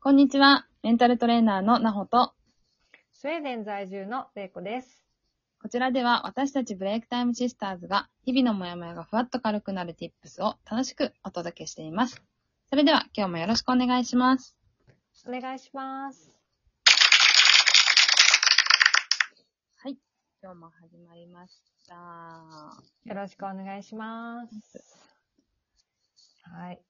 こんにちは。メンタルトレーナーのなほと、スウェーデン在住のレイコです。こちらでは私たちブレイクタイムシスターズが日々のモヤモヤがふわっと軽くなる tips を楽しくお届けしています。それでは今日もよろしくお願いします。お願いします。今日も始まりました。よろしくお願いします。はい。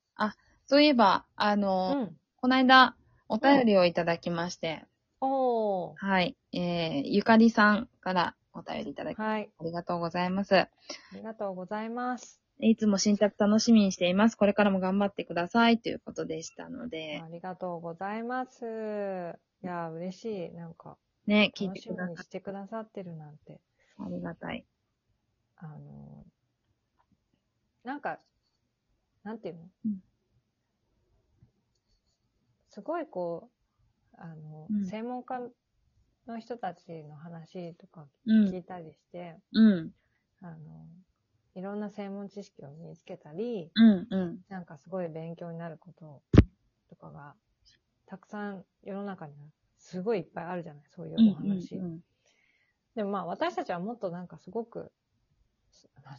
そういえば、あうの、ん。この間お便りをいただきまして、おー。はい、えー、ゆかりさんからお便りいただき、あはい。りがとうございます。ありがとうございます。いつも新着楽しみにしています。これからも頑張ってください。ということでしたのであ、りがとうございます。いやー、嬉しい。なんか、ね、聞い楽てしくだみさにしてくださってるなんて。い。ありがたい。あのー、なんか、なんていうの、うんすごいこう、あの、うん専門家の人たちの話とかう聞ん、いたりして、うん、あの、いろんな専門知識を身につけたり、うん、うん。なんかすごい勉強になることとかが、たくさん世の中にはすごいいっぱいあるじゃない、そういうお話。うんうんうんでもまあ私たちはもっとなんかすごく、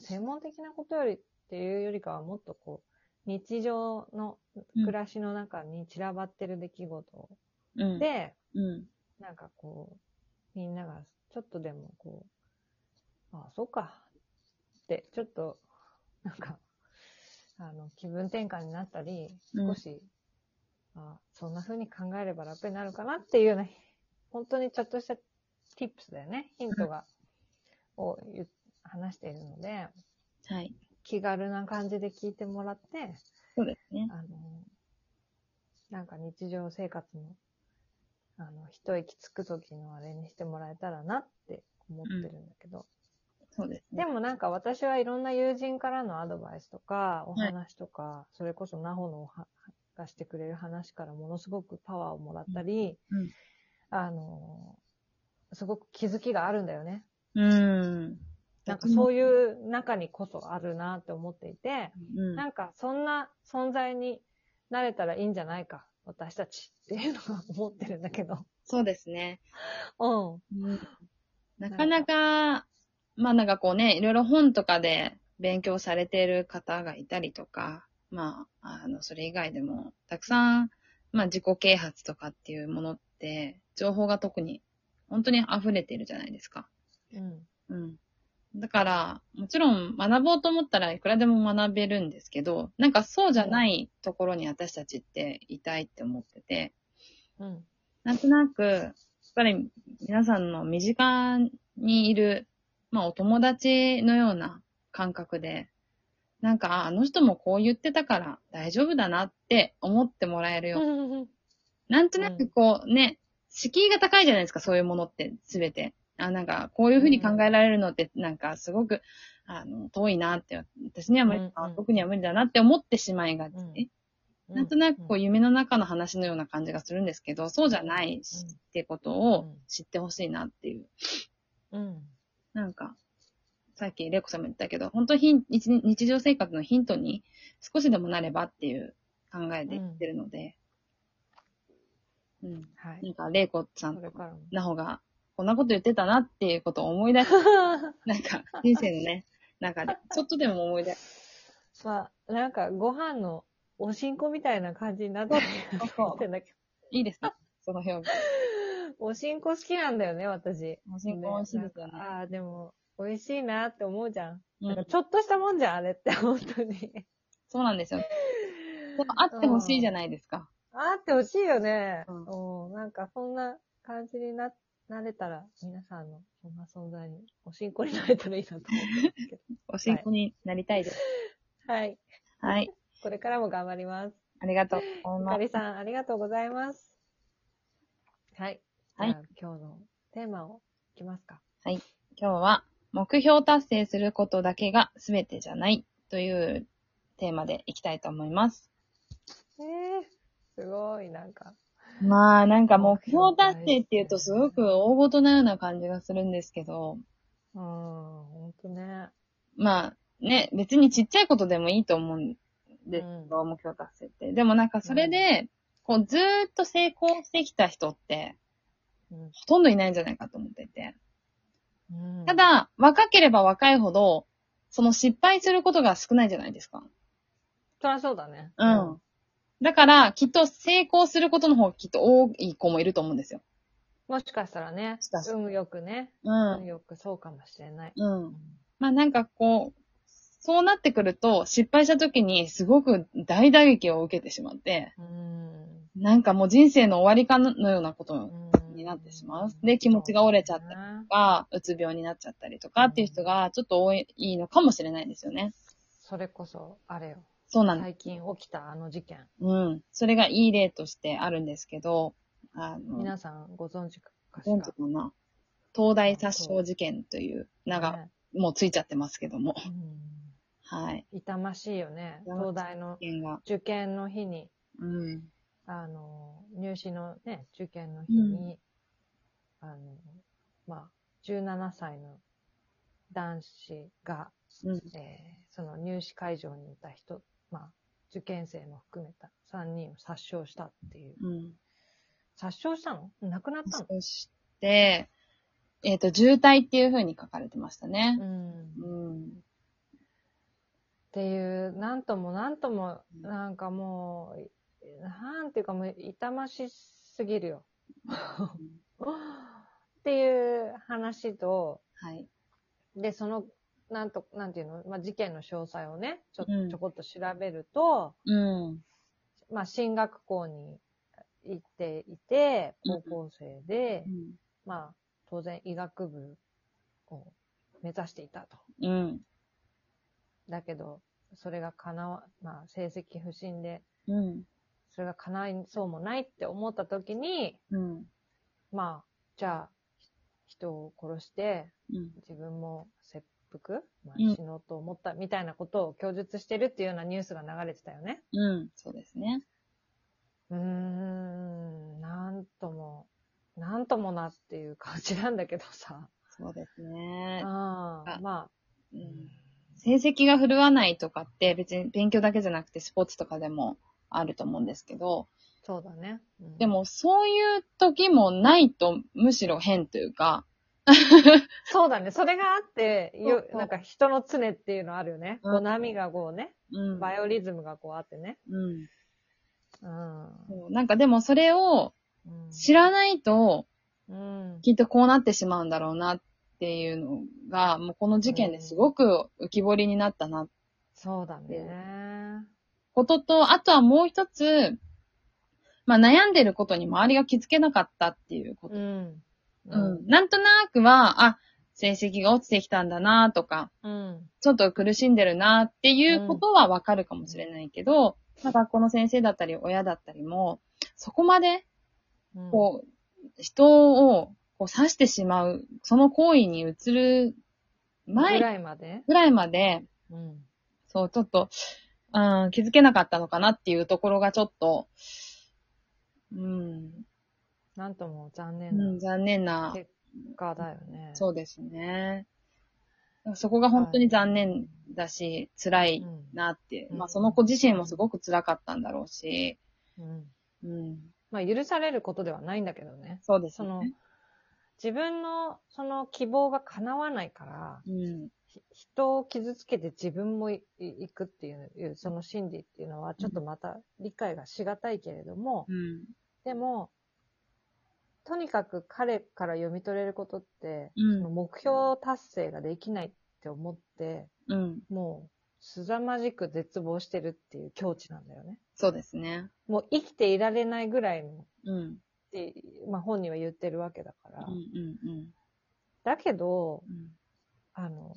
専門的なことよりっていうよりかはもっとこう、日常のうん暮らしの中に散らばってる出来事うん、で、うん、なんかこう、みんながちょっとでもこう、ああ、そうか。って、ちょっと、なんか、あの、気分転換になったり、うん少し、ああそんな風に考えれば楽になるかなっていうような、本当にちょっとした tips だよね。ヒントが、を言う話しているので、はい。気軽な感じで聞いてもらって、そうですね。あの、なんか日常生活の、あの、一息つく時のあれにしてもらえたらなって思ってるんだけど。そうですね。でもなんか私はいろんな友人からのアドバイスとか、お話とか、それこそナホのおはがしてくれる話からものすごくパワーをもらったり、うんうんあの、すごく気づきがあるんだよね。うん。なんかそういう中にこそあるなって思っていて、うん。なんか、そんな存在になれたらいいんじゃないか、私たちっていうのが思ってるんだけ ど。そうですね。うん。うんなかなか、まあなんかこうね、いろいろ本とかで勉強されている方がいたりとか、まあ、あの、それ以外でも、たくさん、まあ自己啓発とかっていうものって、情報が特に、本当に溢れてるじゃないですか。うん。うん。だから、もちろん学ぼうと思ったらいくらでも学べるんですけど、なんかそうじゃないところに私たちっていたいって思ってて、うん。なんとなく、やっぱり皆さんの身近にいる、まあお友達のような感覚で、なんか、ああの人もこう言ってたから大丈夫だなって思ってもらえるようななんとなくこうね、敷居が高いじゃないですか、そういうものって、すべて。あ、なんか、こういうふうに考えられるのって、なんか、すごく、あの、遠いなって、私には無理、うんうん僕には無理だなって思ってしまいがち。うなんとなく、こう、い夢の中の話のような感じがするんですけど、そうじゃないしうんってことうをん知ってほしいなっていう。うん。うん。なんか、さっき、レイコさんも言ったけど、本当に日日常生活のヒントに少しでもなればっていう考えで言ってるので、うん。は。ないんか、レイコさんことれから も。なほが、こんなこと言ってたなっていうことを思い出す。なんか、人生のね、中で、ちょっとでも思い出す。まあ、なんか、ご飯のおしんこみたいな感じになってそうそうるん だけいいですね。その表現。ど。おしんこ好きなんだよね、私。おしんこ美味しいですよねなんかああ、でも、美味しいなって思うじゃん。うなんかん、ちょっとしたもんじゃん、あれって、本当 に。そうなんですよ。でも、あってほしいじゃないですか。あってほしいよね。うんうん。なんか、そんな感じにな、なれたら、皆さんの、そんな存在に、おしんこになれたらいいなと思 うんですけど。おしんこになりたいです。はい。はい。これからも頑張ります。ありがとうございゆまかす。りさん、ありがとうございます。はい。はいじゃあ今日のテーマをいきますか。今日は、目標達成することだけが全てじゃないというテーマでいきたいと思います。ええすごい、なんか。まあ、なんか目標達成っていうとすごく大ごとなような感じがするんですけど、うん、ほんとね。まあね、別にちっちゃいことでもいいと思うんですけど、目標達成って。でもなんかそれで、こう、ずーっと成功してきた人って、うほんとんどいないんじゃないかと思っていて。うんた、だ、若ければ若いほど、その失敗することが少ないじゃないですか。そりゃそうだね。うん。だから、きっと成功することの方がきっと多い子もいると思うんですよ。もしかしたらねしか、し運よくね、う運ん。よくそうかもしれない。うん。まあなんかこう、そうなってくると、失敗した時にすごく大打撃を受けてしまって、うん。なんかもう人生の終わりかのようなことうんになってしまうで気持ちが折れちゃったりたが、うつ病になっちゃったりとかっていう人がちょっと多いのかもしれないですよね。それこそ、あれよ。そうなんです最近起きたあの事件。うん。それがいい例としてあるんですけど、あの、皆さんご存知かしご存知らかな東大殺傷事件という名が、ねもうついちゃってますけども。うんはい。痛ましいよね。痛ましい東大の事件が。受験の日に、うん。あの、入試のね、受験の日に、あの、まあ、17歳の男子が、うん。えーその入試会場にいた人、まあ、受験生も含めた3人を殺傷したっていう。うん。殺傷したの亡くなったのそして、えっ、と、渋滞っていう風に書かれてましたねう。ん。うん。っていう、なんともなんとも、うんなんかもう、なんていうかもう、痛ましすぎるよ。っていう話と、はい。で、その、なんと、なんていうの、まあ、事件の詳細をね、ちょうんちょこっと調べると、うん。まあ、進学校に行っていて、うん高校生で、うん。まあ、当然医学部を目指していたと。うん。だけど、それが叶わ、まあ、成績不振で、うん。それが叶いそうもないって思った時に、うん。まあ、じゃあ、ひ人を殺して、うん。自分も切腹、まあうん、死のうと思ったみたいなことを供述してるっていうようなニュースが流れてたよね。うん。そうですね。うーん、なんとも、なんともなっていう感じなんだけどさ。そうですあ ね。ああまうあ、ん成績が振るわないとかって別に勉強だけじゃなくてスポーツとかでもあると思うんですけど、そうだね。うんで、もそういう時もないとむしろ変というか、そうだね。それがあって、そようそうなんか人の常っていうのあるよね。うんこう波がこうね、うんバイオリズムがこうあってね。うんうん。そうなんかでもそれをうん知らないとうん。きっとこうなってしまうんだろうなっていうのが、もうこの事件ですごく浮き彫りになったな。そうだね。ことと、あとはもう一つ、まあ悩んでることに周りが気づけなかったっていうことうん。うん。なんとなくは、あ、成績が落ちてきたんだなとか、うん。ちょっと苦しんでるなっていうことはわかるかもしれないけど、まあ学校の先生だったり親だったりも、そこまで、うんこう、人をこう刺してしまう、その行為に移るぐ前らいまで。ぐらいまで、うん。そう、ちょっと、うん、気づけなかったのかなっていうところがちょっと、うん、なんとも残う念なん残念な結果だよね。そうですね。そこが本当に残念だし、辛ういん。なって、うんまあその子自身もすごく辛かったんだろうし、うん。うん、まあ、許されることではないんだけどね。そうですそのね。、自分の、その希望が叶わないから、うん、ひ人を傷つけて自分もいい行くっていういう、その心理っていうのは、ちょっとまた理解がしがたいけれども、うん、でも、とにかく彼から読み取れることって、うんその目標達成ができないって思って、うん、もう、すざまじく絶望してるっていう境地なんだよね。そうですね。もう生きていられないぐらいの、うん、ってまあ本人は言ってるわけだかうら。ん、うん、うんだけど、うん、あの、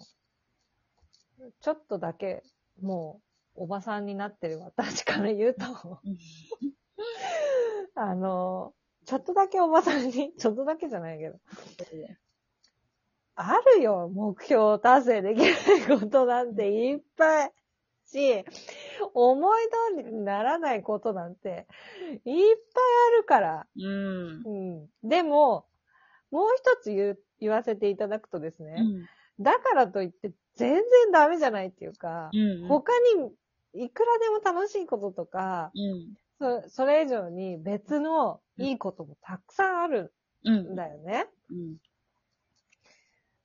ちょっとだけ、もう、おばさんになってる私から言うと、うん あの、ちょっとだけおばさんに、ちょっとだけじゃないけど、あるよ、目標を達成できないことなんていっぱい。し、思い通りにならないことなんて、いっぱいあるから。うん、うん。でも、もう一つ言う言わせていただくとですね、うん、だからといって全然ダメじゃないっていうか、うん、他にいくらでも楽しいこととか、うん、そそれ以上に別のいいこともたくさんあるうんん。だよね。うん。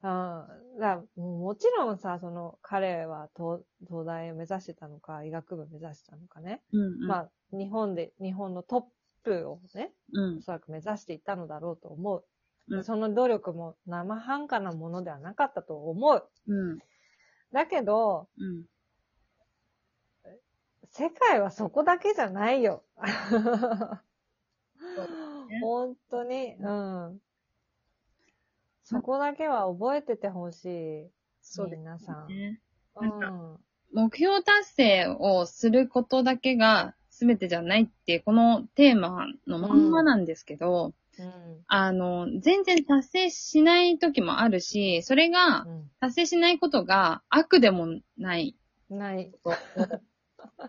あーだもちろんさ、その彼は東東大を目指してたのか、医学部目指してたのかね。うん。まあ、日本で、日本のトップをね、うんお。そらく目指していたのだろうと思う。うんその努力も生半可なものではなかったと思う。うん。だけど、うん。世界はそこだけじゃないよ。本当に、うん。そこだけは覚えててほしい。そうです皆さん。ね。うなんかん。目標達成をすることだけが全てじゃないっていう、このテーマのまんまなんですけど、うん。あの、全然達成しない時もあるし、それが達成しないことが悪でもないうん。ない。ことを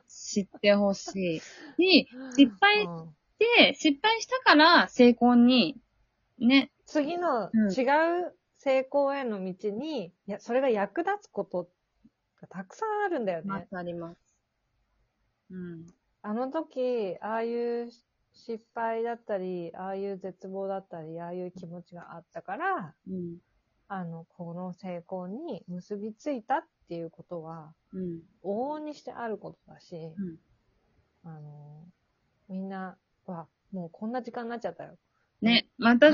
知ってほしい。し、失敗しうんて、失敗したから成功に、ね、次のうん違う成功への道に、いや、それが役立つことがたくさんあるんだよね。またあります。うん。あの時、ああいう失敗だったり、ああいう絶望だったり、ああいう気持ちがあったから、うん。あの、この成功に結びついたっていうことは、うん。往々にしてあることだし、うんあの、みんなは、もうこんな時間になっちゃったよ。ね、また、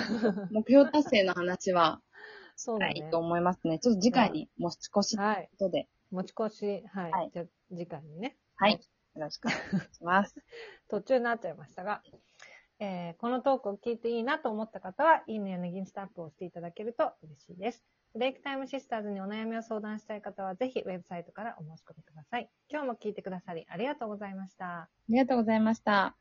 目標達成の話は、 そうだはね。い、と思いますね。ちょっと次回に持ち越しというはい。ことで、持ち越し、はい。はいじゃあ次回にね、はい、よろしくお願いし ます。途中になっちゃいましたが、えーこのトークを聞いていいなと思った方は、いいねやネギンスタンプを押していただけると嬉しいです。ブレイクタイムシスターズにお悩みを相談したい方は、ぜひウェブサイトからお申し込みください。今日も聞いてくださりありがとうございました。ありがとうございました。